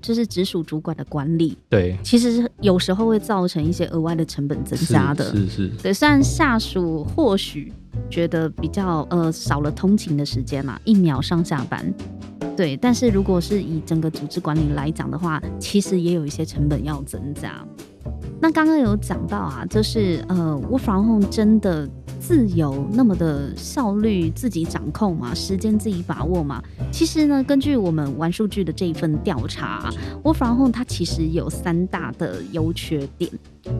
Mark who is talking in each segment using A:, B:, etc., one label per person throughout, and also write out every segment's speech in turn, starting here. A: 这是直属主管的管理，
B: 对，
A: 其实有时候会造成一些额外的成本增加的。
B: 是是是，
A: 对，虽然下属或许觉得比较呃少了通勤的时间嘛，一秒上下班，对，但是如果是以整个组织管理来讲的话，其实也有一些成本要增加。那刚刚有讲到啊，就是呃，work from home 真的自由那么的效率自己掌控嘛，时间自己把握嘛？其实呢，根据我们玩数据的这一份调查啊，work from home 它其实有三大的优缺点。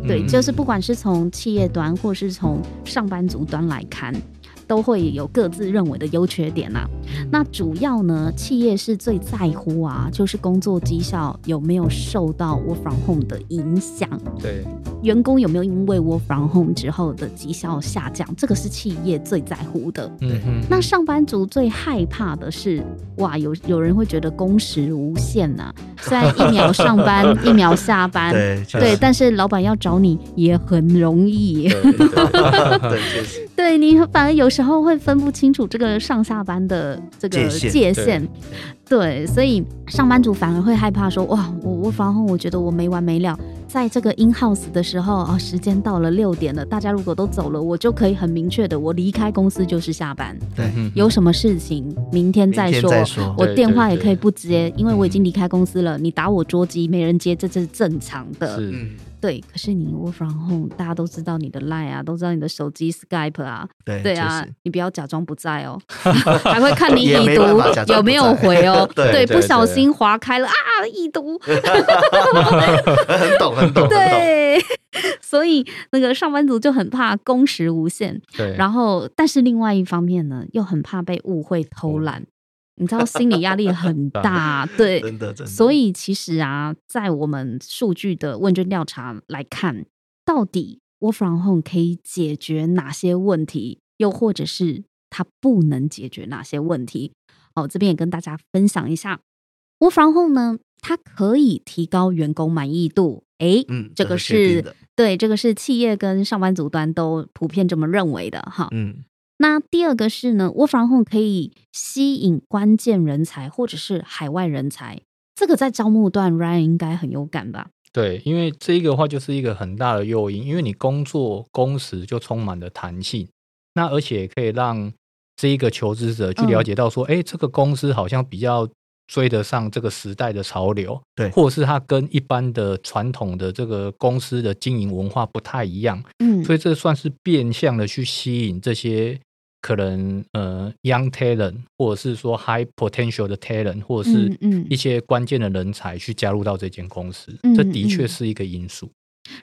A: 对，
B: 嗯
A: 就是不管是从企业端或是从上班族端来看，都会有各自认为的优缺点啦、那主要呢，企业是最在乎啊，就是工作绩效有没有受到 work from home 的影响，
B: 对，
A: 员工有没有因为 work from home 之后的绩效下降，这个是企业最在乎的。
B: 嗯哼，
A: 那上班族最害怕的是，哇，有有人会觉得工时无限呐、虽然一秒上班一秒下班，
C: 对，确
A: 对，
C: 实
A: 但是老板要找你也很容易，
B: 嗯
C: 对对对 对，确实
A: 对你反而有时候会分不清楚这个上下班的这个
C: 界限
A: 界限。对，所以上班族反而会害怕说，哇，我我防控，我觉得我没完没了。在这个 in house 的时候啊、时间到了六点了，大家如果都走了，我就可以很明确的，我离开公司就是下班，
C: 对，
B: 嗯哼
A: 有什么事情明天再
C: 明天
A: 说。
C: 再说，
A: 我
B: 对
A: 电
B: 对
A: 话也可以
B: 对
A: 不接，因为我已经离开公司了。你打我桌机没人接，这这是正常的。
B: 是，
C: 嗯，
A: 对，可是你 work from home，大家都知道你的 Line 啊，都知道你的手机 Skype 啊，
C: 对
A: 对啊，你不要假装不在 哦，还会看你
C: 也
A: 已
C: 没办法假
A: 读
C: 装
A: 有
C: 不
A: 没有
C: 在，
A: 回哦
B: 对
C: 对
A: 不小
B: 对
A: 心划开了啊，已读，
C: 确实 很懂很懂很懂，
A: 对， 所以那个上班族就很怕工时无限，
B: 对，
A: 然后但是另外一方面呢，又很怕被误会
C: 嗯
A: 偷懒，你知道心理压力 很大，对，
C: 真的真的，
A: 所以其实啊，在我们数据的问卷调查来看，到底 work from home 可以解决哪些问题，又或者是它不能解决哪些问题？哦，这边也跟大家分享一下，work from home 呢，它可以提高员工满意度。诶，
C: 嗯，
A: 这个
C: 是确定
A: 是
C: 的，
A: 对，这个是企业跟上班族端都普遍这么认为的哈。
C: 嗯，
A: 那第二个是呢，work from home 可以吸引关键人才或者是海外人才，这个在招募段 Ryan 应该很有感吧？
B: 对，因为这一个的话就是一个很大的诱因，因为你工作工时就充满了弹性，那而且可以让这一个求职者去了
A: 嗯
B: 解到说，哎、这个公司好像比较追得上这个时代的潮流，
C: 对
B: 或者是它跟一般的传统的这个公司的经营文化不太一样，
A: 嗯
B: 所以这算是变相的去吸引这些可能呃 young talent 或者是说 high potential 的 talent，或者
A: 嗯
B: 是
A: 嗯
B: 一些关键的人才去加入到这间公司，
A: 嗯
B: 这的确
A: 嗯
B: 是一个因素。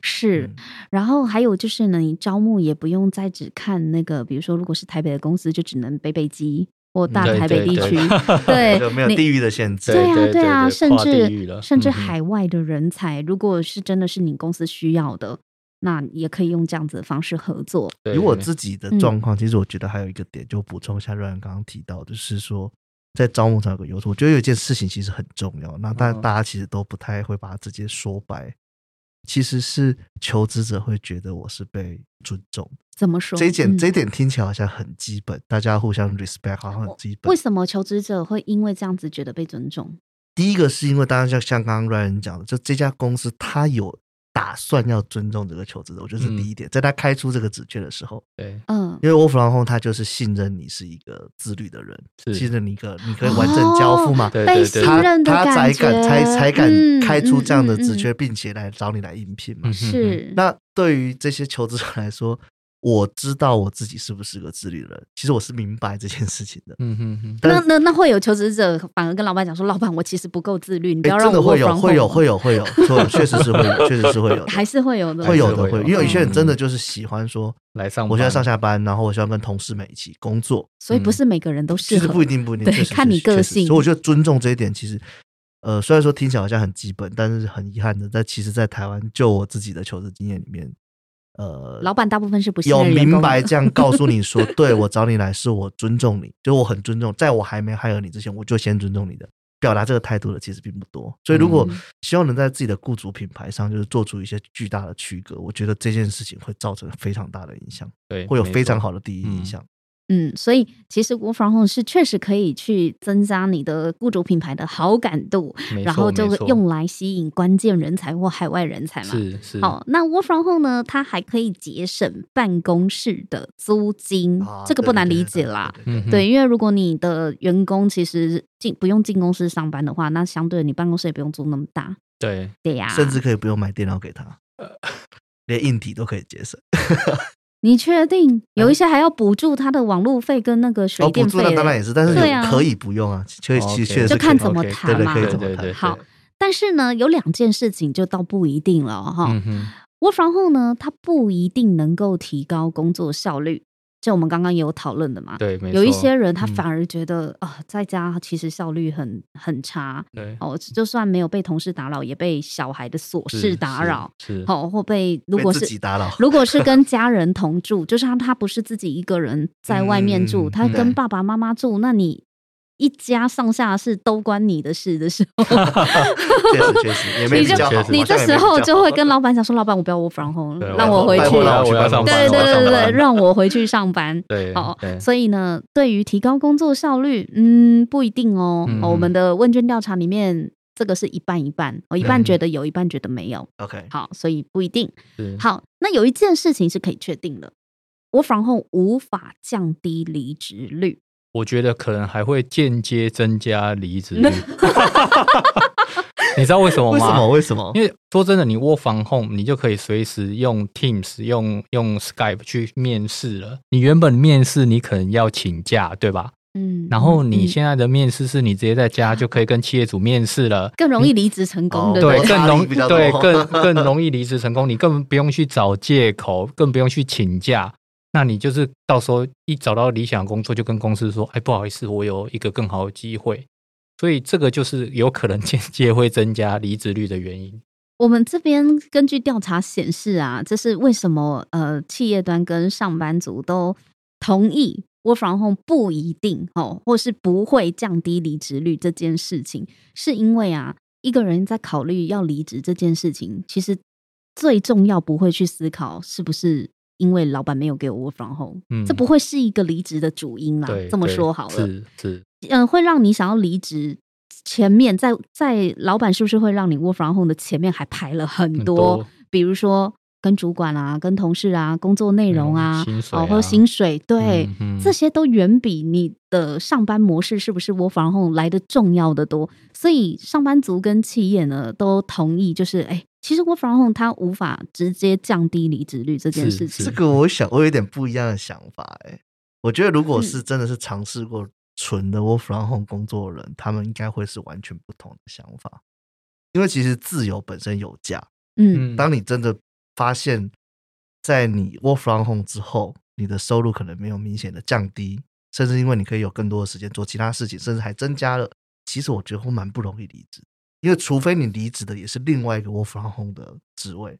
A: 是，
B: 嗯
A: 然后还有就是呢，你招募也不用再只看那个，比如说如果是台北的公司，就只能北北基或大
B: 嗯对
A: 台北
B: 对
A: 地
B: 对
A: 区，
C: 对，
A: 对
C: 就没有
A: 你
C: 地域的限制，
A: 对啊，
B: 对对
A: 对啊，
B: 对
A: 甚
B: 跨地域
A: 至
B: 了
A: 甚至
B: 嗯哼
A: 海外的人才，如果是真的是你公司需要的，那也可以用这样子的方式合作。
B: 对
C: 以我
B: 没
C: 自己
A: 嗯
C: 的状况，其实我觉得还有一个点，就补充一下瑞安刚刚提到，就是说在招募上有个优势，我觉得有一件事情其实很重要，那但
B: 嗯
C: 大家其实都不太会把它直接说白，其实是求职者会觉得我是被尊重，
A: 怎么说？
C: 这一点
A: 嗯
C: 这一点听起来好像很基本，大家互相 respect 好像很基本
A: 为。什么求职者会因为这样子觉得被尊重？
C: 第一个是因为当然像像刚刚瑞安讲的，就这家公司它有打算要尊重这个求职者，我觉得是
B: 嗯
C: 第一点，在他开出这个职缺的时候。
B: 对
A: 嗯，
C: 因为 work from home 他就是信任你是一个自律的人，
B: 是哦
C: 信任你一个你可以完整交付嘛。
B: 对
A: 被信任的
C: 他他才
A: 感觉，
C: 敢才才敢
A: 嗯
C: 开出这样的职。
A: 嗯嗯
C: 缺，并且来找你来应聘
B: 嗯。
C: 嘛
A: 嗯是，
C: 那对于这些求职者来说，我知道我自己是不是个自律的人，其实我是明白这件事情的。
B: 嗯哼哼，
A: 那
C: 但
A: 那那会有求职者反而跟老板讲说：“老板，我其实不够自律，你不
C: 诶
A: 要让
C: 哎真
A: 我
C: 的会
A: work
C: 有
A: from
C: 会有
A: home 啊
C: 会有会有，错确实是会 有，确实是会有的，
A: 还是会有的，
C: 会有
B: 还是
C: 的
B: 会有
C: 会有，因为有些人
A: 嗯
C: 真的就是喜欢说，
B: 来上班，
C: 我现在上下班，然后我希望跟同事们一起工作，
A: 所以不
B: 嗯
A: 是每个人都
C: 其
A: 适
C: 实
A: 合。
C: 不一定，不一定，
A: 对
C: 确实
A: 看你
C: 确实
A: 个
C: 确实
A: 性
C: 所以我觉得尊重这一点，其实，呃，虽然说听起来好像很基本，但是很遗憾的，在其实，在台湾，就我自己的求职经验里面，呃，
A: 老板大部分是不信
C: 有
A: 任员
C: 明
A: 工的
C: 白这样告诉你说， 对我找你来是我尊重你，就是我很尊重，在我还没害了你之前，我就先尊重你的。表达这个态度的其实并不多，所以如果
A: 嗯
C: 希望能在自己的雇主品牌上就是做出一些巨大的区隔，我觉得这件事情会造成非常大的影响，
B: 对，
C: 会有
B: 没
C: 非常
B: 错
C: 好的第一印象。
A: 嗯，所以其实 work from home 是确实可以去增加你的雇主品牌的好感度，
B: 没
A: 然
B: 错
A: 后
B: 没
A: 就是
B: 错
A: 用来吸引关键人才或海外人才嘛。
B: 是是
A: 好，那 work from home 呢？它还可以节省办公室的租金，
C: 啊
A: 嗯这个
C: 对
A: 不
C: 对
A: 难
C: 对
A: 理
C: 对对
A: 解啦。
C: 对对对
B: 嗯哼，
A: 对，因为如果你的员工其实进不用进公司上班的话，那相对你办公室也不用租那么大。
B: 对，
A: 对呀、
C: 甚至可以不用买电脑给 他，连硬体都可以节省。
A: 你确定有一些还要补助他的网路费跟那个水
C: 嗯哦，补
A: 电
C: 助
A: 费
C: 那
A: 嘞、
C: 当然也是，但是
A: 对啊
C: 有可以不用啊，确
B: 哦
C: 其实
B: OK
C: 确
A: 就
C: 实
A: 是
C: 可
A: 看
C: 以
A: 怎么
B: OK，
A: 谈
C: 对
A: 嘛
C: 对，可以怎
B: 对
C: 么
B: 对
C: 谈？
A: 好，但是呢，有两件事情就倒不一定了哈、
B: 嗯哼，
A: work from home 呢，它不一定能够提高工作效率，这我们刚刚也有讨论的嘛。
B: 对，没
A: 有一
B: 错
A: 些人他
B: 嗯
A: 反而觉得啊、在家其实效率很很差
B: 对
A: 哦，就算没有被同事打扰，也被小孩的琐
B: 是
A: 事打
B: 是
A: 扰，
B: 是
A: 哦，或被如
C: 被
A: 果
C: 自
A: 是
C: 己打扰，
A: 如果是跟家人同住，就是他他不是自己一个人在外面住，
C: 嗯
A: 他跟
B: 对
A: 爸爸妈妈住，那你一家上下是都关你的事的时候，
C: 确实 确实也没
A: 你
C: 比
A: 就
C: 较好。
A: 你
C: 好
A: 这
C: 像也
A: 时
C: 没比较
A: 候
C: 好
A: 就会跟老板讲说：“老板，我不要 work from home，
B: 对
A: 让
B: 我
A: 我回
C: 拜
A: 去。
C: 托了
B: 我要上班
A: 对
B: 我
A: 对
B: 要上
A: 对对，
B: 班
A: 让我回去上班。
B: 对
A: 哦
B: 对，
A: 所以呢，对于提高工作效率，嗯，不一定哦。
B: 嗯嗯
A: 哦我们的问卷调查里面，这个是一半一半，哦，一半觉得有，一半觉得没有。
C: OK，
A: 好，所以不一定。
B: 是
A: 好，那有一件事情是可以确定的，work from home 无法降低离职率。
B: 我觉得可能还会间接增加离 职率。你知道为什么吗？
C: 为什么？为什么？
B: 因为说真的，你 work from home，你就可以随时用 Teams、用用 Skype 去面试了。你原本面试你可能要请假，对吧？
A: 嗯，
B: 然后你
A: 嗯
B: 现在的面试是你直接在家就可以跟企业主面试了。
A: 更容易离职成功，
C: 哦
A: 对不
B: 对
A: 对，
B: 更
C: 压力
B: 容
C: 比较
B: 对
C: 多
B: 更更容易离职成功，你根本不用去找借口，更不用去请假。那你就是到时候一找到理想的工作，就跟公司说：“哎，不好意思，我有一个更好的机会。”所以这个就是有可能间接会增加离职率的原因。
A: 我们这边根据调查显示啊，这是为什么呃，企业端跟上班族都同意 work from home 不一定哦，或是不会降低离职率这件事情，是因为啊，一个人在考虑要离职这件事情，其实最重要不会去思考是不是因为老板没有给我 work from home，、
B: 嗯
A: 这不会是一个离职的主因啦
B: 对，。
A: 这么
B: 对
A: 说好了，
B: 是是，
A: 嗯，会让你想要离职。前面在在老板是不是会让你 work from home 的前面还排了很
B: 很
A: 多，比如说跟主管啊、跟同事啊、工作内容啊、
B: 内容薪水
A: 哦，或
B: 啊
A: 薪水，对，
B: 嗯嗯
A: 这些都远比你的上班模式是不是 work from home 来的重要的多。所以上班族跟企业呢都同意，就是哎，其实 work from home 它无法直接降低离职率这件
B: 是
A: 事
B: 是
A: 情
C: 这。个我想，我有点不一样的想法哎、我觉得如
A: 嗯
C: 果是真的是尝试过纯的 work from home 工作的人，他们应该会是完全不同的想法，因为其实自由本身有价。
A: 嗯，
B: 嗯
C: 当你真的发现，在你 work from home 之后，你的收入可能没有明显的降低，甚至因为你可以有更多的时间做其他事情，甚至还增加了。其实我觉得会蛮不容易离职，因为除非你离职的也是另外一个 work from home 的职位。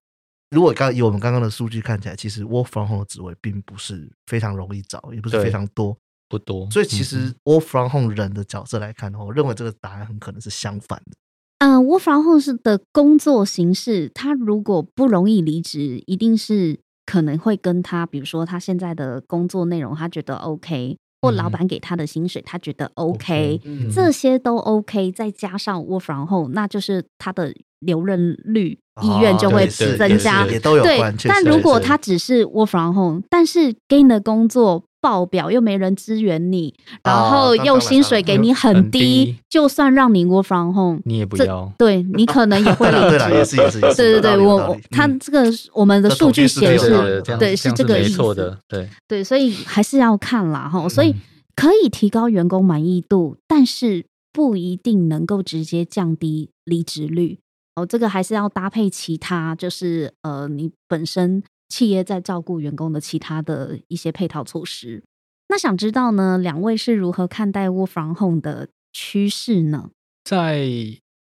C: 如果刚以我们刚刚的数据看起来，其实 work from home 的职位并不是非常容易找，也不是
B: 对
C: 非常多。
B: 不多，
C: 所以其
B: 嗯
C: 实
B: 嗯
C: work from home 人的角色来看哦的话，我认为这个答案很可能是相反的。
A: 嗯，work from home 是的工作形式，他如果不容易离职，一定是可能会跟他，比如说他现在的工作内容，他觉得 OK，或
B: 嗯
A: 老板给他的薪水，他觉得
B: OK，
A: OK，,
C: 嗯
A: 这些都 OK，再加上 work from home，那就是他的留任率、意愿就
C: 哦
A: 会
C: 也是
A: 增加
C: 也是。也都有
A: 对
C: 关。，确
A: 但
C: 实
A: 如
C: 确
A: 果
C: 实
A: 他只是 work from home，但是给你的工作报表又没人支援你，然
C: 哦
A: 后
C: 那当
A: 又
C: 然
A: 薪水
C: 当
A: 给
C: 然
A: 你很
B: 很
A: 低
B: 低，
A: 就算让你 work from home，
B: 你也不
A: 这
B: 要，
A: 对你可能也会
C: 对啦对啦，
A: 离
C: 也
A: 职。
C: 是也是也是。
A: 对对
C: 有道
A: 对，
C: 理有
A: 我
C: 道
A: 我
C: 理
A: 他
C: 嗯
A: 这个我们的
C: 这
A: 数
C: 统
A: 据
C: 计是
A: 显
C: 有道
A: 示
C: 理，
B: 这样
A: 对
B: 这
A: 是
B: 样
A: 这
B: 是
A: 个
B: 没
A: 意
B: 错
A: 思
B: 的，对，
A: 对，所以还是要看啦哈。所
C: 嗯
A: 以可以提高员工满意度，但是不一定能够直接降低离职率哦。这个还是要搭配其他，就是呃，你本身企业在照顾员工的其他的一些配套措施。那想知道呢，两位是如何看待 work from home 的趋势呢？
B: 在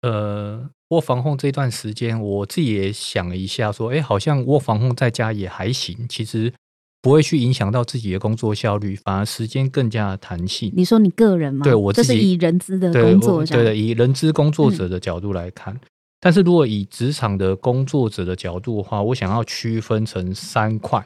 B: 呃我防控这段时间，我自己也想了一下，说，哎，好像我防控在家也还行，其实不会去影响到自己的工作效率，反而时间更加的弹性。
A: 你说你个人吗？
B: 对我
A: 这
B: 自己
A: 是以人资的
B: 对
A: 工作
B: 我
A: 这样嗯
B: 对的，以人资工作者的角度来看，但是如果以职场的工作者的角度的话，我想要区分成三块。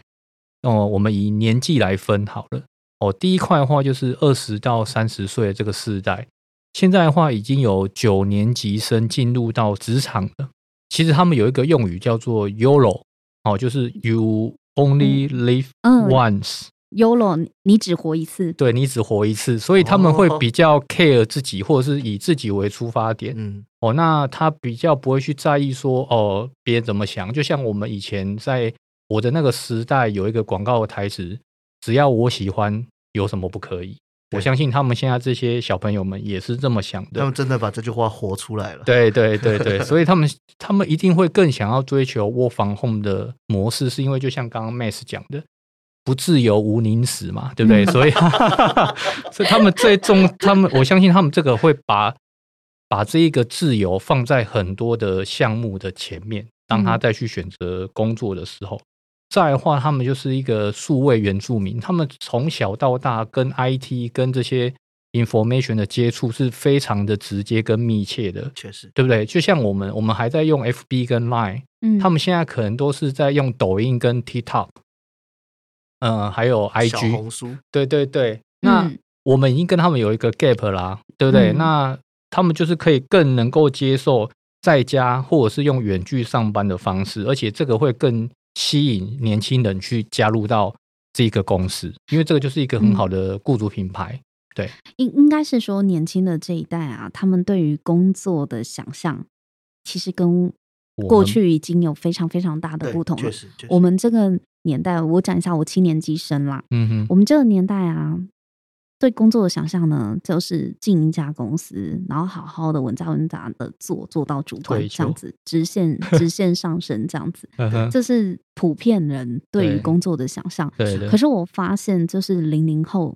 B: 那、么我们以年纪来分好了。哦，第一块的话就是二十到三十岁的这个世代，现在的话已经有九年级生进入到职场了。其实他们有一个用语叫做 “YOLO”，哦，就是 “You only live
A: 嗯
B: once”，、
A: ，YOLO，你只活一次，
B: 对你只活一次，所以他们会
C: 哦
B: 比较 care 自己，或者是以自己为出发点。
C: 嗯，
B: 哦，那他比较不会去在意说哦别人怎么想，就像我们以前在我的那个时代有一个广告的台词，只要我喜欢，有什么不可以？我
C: 对
B: 相信他们现在这些小朋友们也是这么想
C: 他
B: 的
C: 们。真的把这句话活出来了。，
B: 对对对对，所以他们他们一定会更想要追求 work from home 的模式，是因为就像刚刚 Max 讲的，不自由无宁死嘛，对不对？所以 所以他们最重，他们我相信他们这个会把把这一个自由放在很多的项目的前面，当他
A: 嗯
B: 再去选择工作的时候。再来的话，他们就是一个数位原住民，他们从小到大跟 IT 跟这些 information 的接触是非常的直接跟密切的，
C: 确实，
B: 对不对？就像我们，我们还在用 FB 跟 Line，
A: 嗯，
B: 他们现在可能都是在用抖音跟 TikTok，嗯、呃还有
C: 小
B: IG，
C: 红书
B: 对对对。那
A: 嗯
B: 我们已经跟他们有一个 gap 啦，对不对？
A: 嗯
B: 那他们就是可以更能够接受在家或者是用远距上班的方式，而且这个会更吸引年轻人去加入到这个公司，因为这个就是一个
A: 嗯
B: 很好的雇主品牌。
A: 应应该是说年轻的这一代啊，他们对于工作的想象，其实跟
B: 我们
A: 过去已经有非常非常大的
C: 对
A: 不同了
C: 确。实，确实
A: 我们这个年代，我讲一下我七年级生啦，
B: 嗯哼，
A: 我们这个年代啊，对工作的想象呢，就是进一家公司，然后好好的稳扎稳打的做，做到主管
B: 退
A: 这
B: 休
A: 样子，直线直线上升这样子，
B: 嗯哼，
A: 这是普遍人对于
B: 对
A: 工作的想象。
B: 对的
A: 可，是我发现，就是零零后、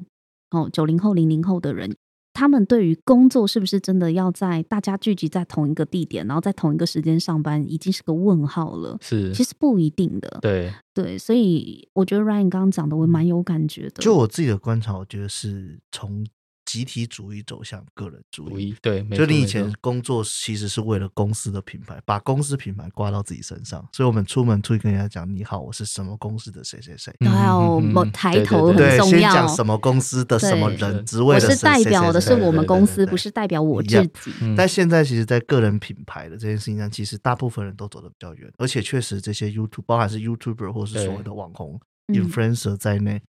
A: 哦九零后、零零后的人，他们对于工作是不是真的要在大家聚集在同一个地点，然后在同一个时间上班，已经是个问号了。
B: 是，
A: 其实不一定的，
B: 对，嗯
A: 对，所以我觉得 Ryan 刚刚讲的，我蛮有感觉的。
C: 就我自己的观察，我觉得是从集体主义走向个人主
B: 五
C: 义。
B: 一对，没
C: 就
B: 错
C: 你以
B: 没
C: 前
B: 错
C: 工作其实是为了公司的品牌，把公司品牌挂到自己身上，所以我们出门出去跟人家讲：“你好，我是什么公司的谁谁谁。”
A: 都要
B: 嗯嗯嗯
A: 某
B: 嗯
A: 抬
B: 对对
A: 头
B: 对
A: 很
C: 对，
A: 重
C: 先
A: 要
C: 讲什么公司的什么
A: 对
C: 人
B: 是
C: 职位
A: 我
C: 的谁，
A: 是代表的
C: 谁谁
A: 是
C: 谁
A: 我们
C: 对
A: 公
C: 对
A: 司，
C: 对
A: 不是代表我
C: 一
A: 自
C: 样
A: 己。
B: 嗯
C: 但现在其实，在个人品牌的这件事情上，其实大部分人都走得比较远，而且确实这些 YouTube，包含是 YouTuber 或是所谓的网红、
A: 嗯
C: influencer 在内，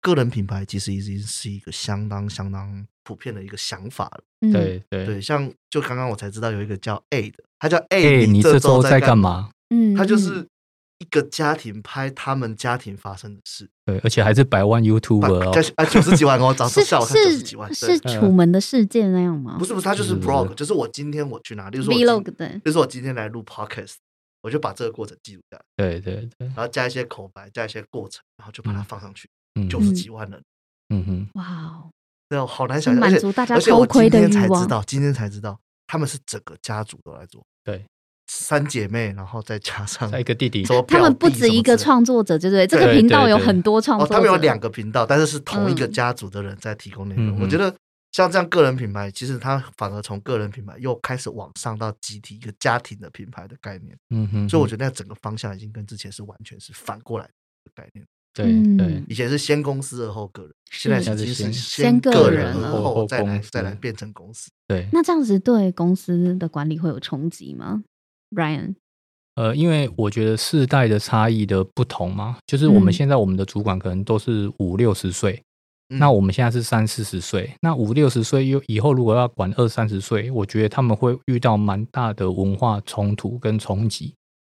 C: 个人品牌其实已经是一个相当相当普遍的一个想法了。
A: 嗯，
B: 对对
C: 对，像就刚刚我才知道有一个叫 A 的，他叫 A，
B: 哎，你这周在
C: 在
B: 干？嘛？
A: 嗯，
C: 他就
A: 嗯
C: 是一个家庭拍他们家庭发生的事，
B: 对，而且还是百万 YouTuber
C: 把
B: 哦，
C: 啊九十几万 哦，早
A: 是
C: 上下午才九十几万，
A: 是是
C: 对
B: 嗯
A: 楚门的世界那样吗？
C: 不是不是，他就是
B: 不是
C: vlog，就是我今天我去哪，例如说我今
A: vlog 的，
C: 就是我今天来录 podcast，我就把这个过程记录下来，
B: 对对对，
C: 然后加一些口白，加一些过程，然后就把它放上去，
B: 嗯
C: 九十几万人，
B: 嗯哼，
A: 哇哦，
C: 对啊，好难
A: 是
C: 想象，而
A: 满
C: 且
A: 足大家
C: 而且我
A: 偷窥
C: 今
A: 的
C: 天才
A: 欲
C: 知
A: 望。
C: 道，今天才知道他们是整个家族都来做，
B: 对，
C: 三姐妹，然后再加上
B: 再一个弟弟
C: 什，么
A: 他们
C: 表
A: 不
C: 弟
A: 止
C: 什么
A: 一个
C: 之类的
A: 创作者，对不对？这
C: 对
A: 个频道
B: 对
A: 有
B: 对
A: 很多创
C: 哦，
A: 作者，
C: 他们有两个频道，但是是同一个
A: 嗯
C: 家族的人在提供内容。
B: 嗯
C: 我
B: 嗯
C: 觉得像这样个人品牌，其实它反而从个人品牌又开始往上到集体一个家庭的品牌的概念，
B: 嗯哼，
C: 所以我
B: 觉
C: 觉得那整个方向已经跟之前是完全是反过来的概念。
B: 得对对
A: 嗯，
C: 以前是先公司而后个人，现
A: 是
C: 在已经是
B: 现在是
A: 先
C: 先
A: 个
C: 个
A: 人
C: 人而
A: 而
B: 后
C: 后再来
B: 公司
C: 再来变成公司。
B: 对，
A: 那这样子对公司的管理会有冲击吗？Ryan，
B: 呃，因为我觉得世代的差异的不同嘛，就是我
A: 嗯
B: 们现在我们的主管可能都是五六十岁，
C: 嗯
B: 那我们现在是三四十岁，那五六十岁又以后如果要管二三十岁，我觉得他们会遇到蛮大的文化冲突跟冲击，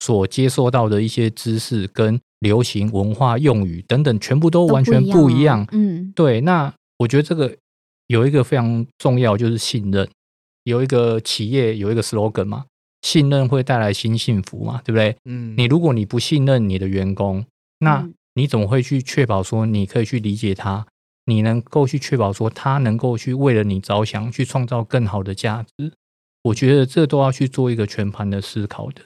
B: 所接受到的一些知识跟流行文化用语等等，全部都
A: 都
B: 完全不一样
A: 啊。嗯，
B: 对，那我觉得这个有一个非常重要，就是信任。有一个企业有一个 slogan 嘛，信任会带来新幸福嘛，对不对？
C: 嗯，
B: 你如果你不信任你的员工，那
A: 嗯
B: 你怎么会去确保说你可以去理解他，你能够去确保说他能够去为了你着想，去创造更好的价值？我觉得这都要去做一个全盘的思考的。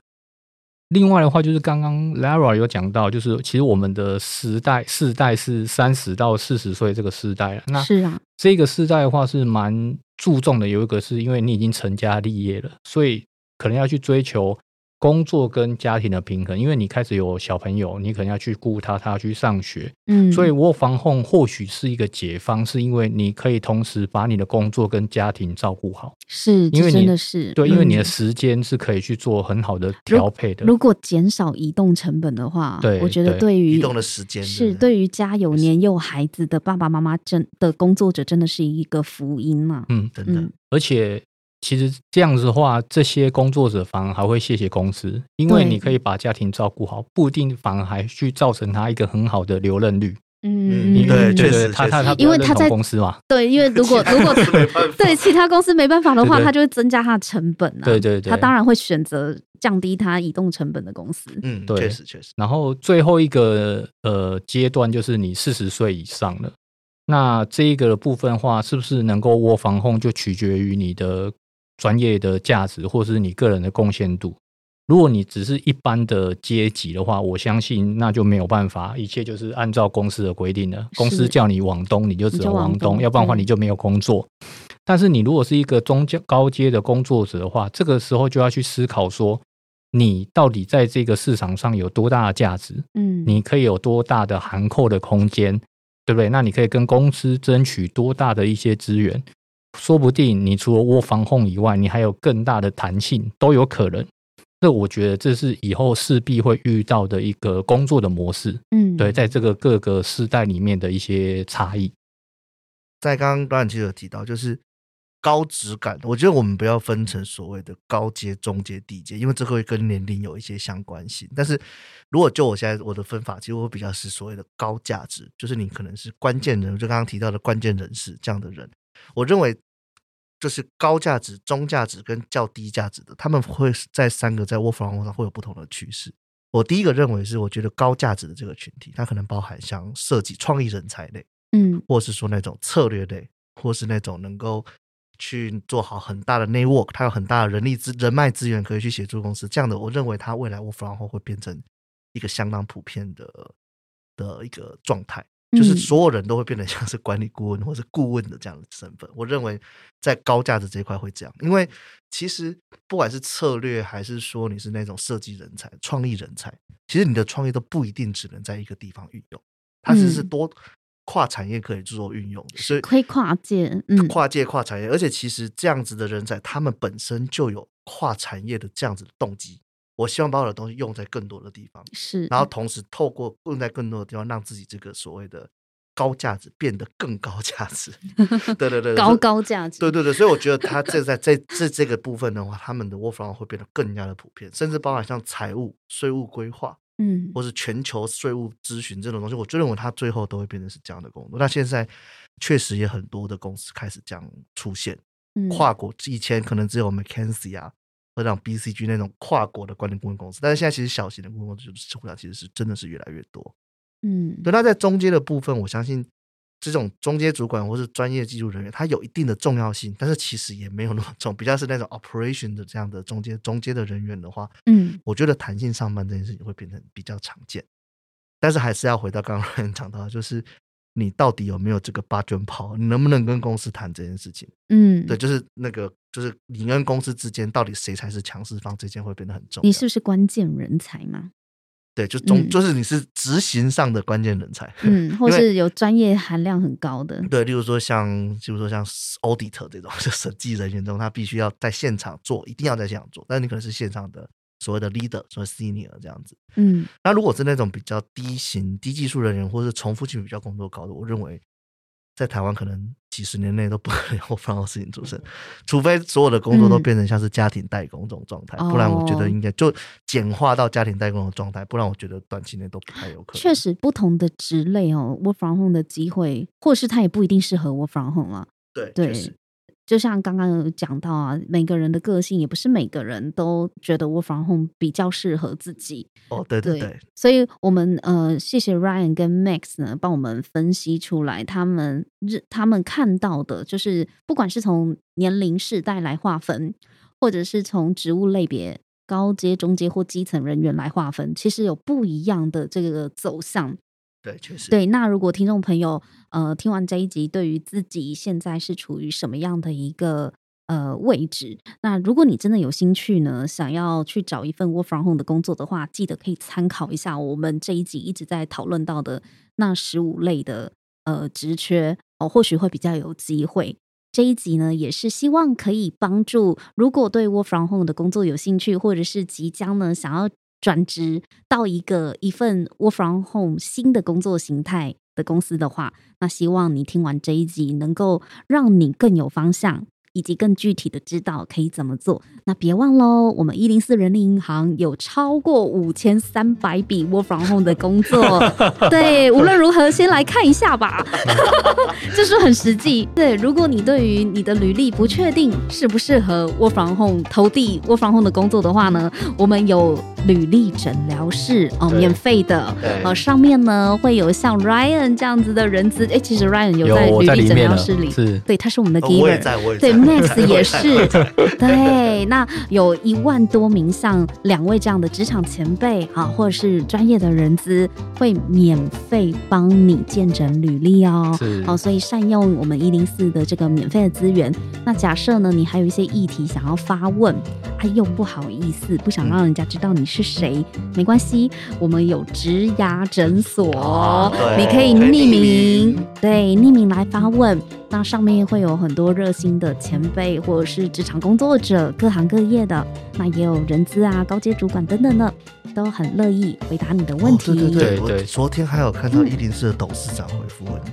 B: 另外的话，就是刚刚 Lara 有讲到，就是其实我们的时代世代是三十到四十岁这个世代了。那
A: 是啊，
B: 这个世代的话是蛮注重的，有一个是因为你已经成家立业了，所以可能要去追求工作跟家庭的平衡，因为你开始有小朋友，你可能要去顾他，他要去上学，
A: 嗯，
B: 所以 work from home 或许是一个解放，是因为你可以同时把你的工作跟家庭照顾好，
A: 是，
B: 因为
A: 这真
B: 你
A: 的是
B: 对，因为你
A: 嗯
B: 的时间是可以去做很好的调配的。
A: 如果减少移动成本的话，
B: 对
A: 我觉得
B: 对
A: 对于
C: 移动的时间
A: 是
C: 对
A: 对于家有年幼孩子的爸爸妈妈真的工作者，真的是一个福音嘛。
B: 嗯，
C: 不对，真的
A: 嗯，
B: 而且其实这样子的话，这些工作者反而还会谢谢公司，因为
A: 对
B: 你可以把家庭照顾好，不一定反而还去造成他一个很好的留任率。
A: 嗯，
C: 嗯对
A: 嗯
C: 确
B: 对
C: 实
B: 对，他他他
A: 因为他
B: 不要认同
A: 在
B: 公司嘛，
A: 对，因为如果 如果
C: 没办法，
A: 嗯对其他公司没办法的话，
B: 对对
A: 他就会增加他的成本啊。
B: 对对对，
A: 他当。然会选择降低他移动成本的公司。
C: 嗯，
B: 对
C: 确实确实，
B: 然后最后一个呃阶段就是你四十岁以上了，那这一个部分的话，是不是能够窝防控，就取决于你的专业的价值，或是你个人的贡献度。如果你只是一般的阶级的话，我相信那就没有办法，一切就是按照公司的规定了。公司
A: 是
B: 叫你往东，你就只
A: 你就
B: 能
A: 往
B: 往东，
A: 东
B: 要不然的话
A: 对
B: 你就没有工作。但是你如果是一个中阶高阶的工作者的话，这个时候就要去思考说，你到底在这个市场上有多大的价值？
A: 嗯，
B: 你可以有多大的函扣的空间，对不对？那你可以跟公司争取多大的一些资源，说不定你除了窝防控以外，你还有更大的弹性，都有可能。这我觉得这是以后势必会遇到的一个工作的模式，
A: 嗯，
B: 对，在这个各个世代里面的一些差异。
C: 在刚刚导演其实有提到，就是高质感，我觉得我们不要分成所谓的高阶、中阶、低阶，因为这个会跟年龄有一些相关性。但是如果就我现在我的分法，其实我比较是所谓的高价值，就是你可能是关键人物，就刚刚提到的关键人士这样的人，我认为。就是高价值、中价值跟较低价值的，他们会在三个在 work from home 上会有不同的趋势。我第一个认为是，我觉得高价值的这个群体，它可能包含像设计、创意人才类，
A: 嗯
C: 或是说那种策略类，或是那种能够去做好很大的 network，它有很大的人力资人脉资源可以去协助公司。这样的，我认为它未来 work from home 会变成一个相当普遍的的一个状态，就是
A: 嗯
C: 所有人都会变得像是管理顾问或是顾问的这样的身份。我认为在高价值这一块会这样，因为其实不管是策略还是说你是那种设计人才、创意人才，其实你的创意都不一定只能在一个地方运用，它其实是
A: 嗯
C: 多跨产业可以做运用的，所以
A: 可以跨界，嗯，
C: 跨界跨产业，而且其实这样子的人才，他们本身就有跨产业的这样子的动机。我希望把我的东西用在更多的地方，
A: 是，
C: 然后同时透过用在更多的地方，让自己这个所谓的高价值变得更高价 值。对对对，
A: 高
C: 所以
A: 高价值，
C: 对对对，所以我觉得他这在在这这个部分的话，他们的 work from home 会变得更加的普遍，甚至包含像财务、税务规划，
A: 嗯，
C: 或是全球税务咨询这种东西，我就认为它最后都会变成是这样的工作。那现在确实也很多的公司开始这样出现，
A: 嗯
C: 跨国以前可能只有 McKinsey 啊，或者像 BCG 那种跨国的管理顾问公司，但是现在其实小型的顾问公司就是数量其实是真的是越来越多。
A: 嗯
C: 对，那在中间的部分，我相信这种中间主管或是专业技术人员，他有一定的重要性，但是其实也没有那么重，比较是那种 operation 的这样的中间中间的人员的话，
A: 嗯
C: 我觉得弹性上班这件事情会变成比较常见，但是还是要回到刚刚 Ryan 讲到的，就是你到底有没有这个八卷跑，你能不能跟公司谈这件事情？
A: 嗯，
C: 对，就是那个，就是你跟公司之间到底谁才是强势方，这件会变得很重要。
A: 你是不是关键人才嘛？
C: 对，就中、
A: 嗯
C: 就是你是执行上的关键人才。
A: 嗯，或
C: 因为
A: 是有专业含量很高的，
C: 对，例如说像，例如说像 auditor 这种，就审计人员中，他必须要在现场做，一定要在现场做。但你可能是线上的所谓的 leader，所谓 senior 这样子。
A: 嗯
C: 那如果是那种比较低型、低技术人员，或是重复性比较工作高的，我认为在台湾可能几十年内都不可能有放到事情出现，除非所有的工作都
A: 嗯
C: 变成像是家庭代工这种状态，不然我觉
A: 哦
C: 得应该就简化到家庭代工的状态，不然我觉得短期内都不太有可能。
A: 确，实不同的职类哦，work from home 的机会，或是它也不一定适合 work from home 啊。
C: 对，
A: 对
C: 确实，
A: 就像刚刚有讲到啊，每个人的个性也不是每个人都觉得 work from home 比较适合自己，
C: 哦，对对对，
A: 所以我们呃，谢谢 Ryan 跟 Max 呢，帮我们分析出来他们日他们看到的，就是不管是从年龄世代来划分，或者是从职务类别高阶、中阶或基层人员来划分，其实有不一样的这个走向。
C: 对，确实，
A: 对，那如果听众朋友呃听完这一集，对于自己现在是处于什么样的一个呃位置，那如果你真的有兴趣呢，想要去找一份 work from home 的工作的话，记得可以参考一下我们这一集一直在讨论到的那十五类的呃职缺哦，或许会比较有机会。这一集呢，也是希望可以帮助，如果对 work from home 的工作有兴趣，或者是即将呢想要转职到一个一份 work from home 新的工作形态的公司的话，那希望你听完这一集，能够让你更有方向，以及更具体的知道可以怎么做。那别忘喽，我们一零四人力银行有超过五千三百笔 work from home 的工作，对，无论如何先来看一下吧。这是很实际。对，如果你对于你的履历不确定适不适合 work from home 投递 work from home 的工作的话呢，我们有履历诊疗室哦，
C: 对
A: 免费的。
C: 对
A: 呃，上面呢会有像 Ryan 这样子的人资，哎，其实 Ryan 有
B: 有
A: 在
B: 我
A: 履
B: 在
A: 历
B: 里
A: 诊
B: 面
A: 疗
B: 了，
A: 室里，
B: 是
A: 对，他是我们的
C: 哦我也
A: Giver。
C: 在，我也在
A: 对，Max 也是
C: 我也在我也在，
A: 对，那有一万多名像两位这样的职场前辈啊，或者是专业的人资，会免费帮你见诊履历哦。
B: 是
A: 哦，所以善用我们一零四的这个免费的资源。那假设呢，你还有一些议题想要发问，哎，又不好意思，不想让人家知道你是谁，没关系，我们有植牙诊所，
B: 哦
A: 你可以
C: 对
A: 匿
C: 匿
A: 名
C: 名，
A: 对，匿名来发问。那上面会有很多热心的前辈或者是职场工作者，各行各业的，那也有人资啊、高阶主管等等的，都很乐意回答你的问题。
C: 哦对对对，
B: 对
C: 我
B: 对
C: 昨天还有看到
A: 嗯
C: 一零四的董事长回复我呢，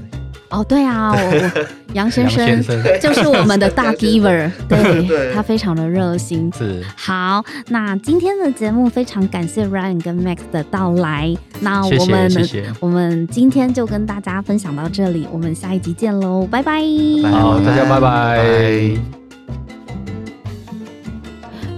A: 哦，对啊，我我杨先生
B: 杨先生
A: 就是我们的大 giver，对
C: 对
A: 他非常的热心。
B: 是，
A: 好，那今天的节目非常感谢 Ryan 跟 Max 的到来，那
B: 谢
A: 我
B: 谢
A: 们呢
B: 谢谢，
A: 我们今天就跟大家分享到这里，我们下一集见喽，拜拜。
C: 拜
B: 好，大家拜
C: 拜
B: 拜。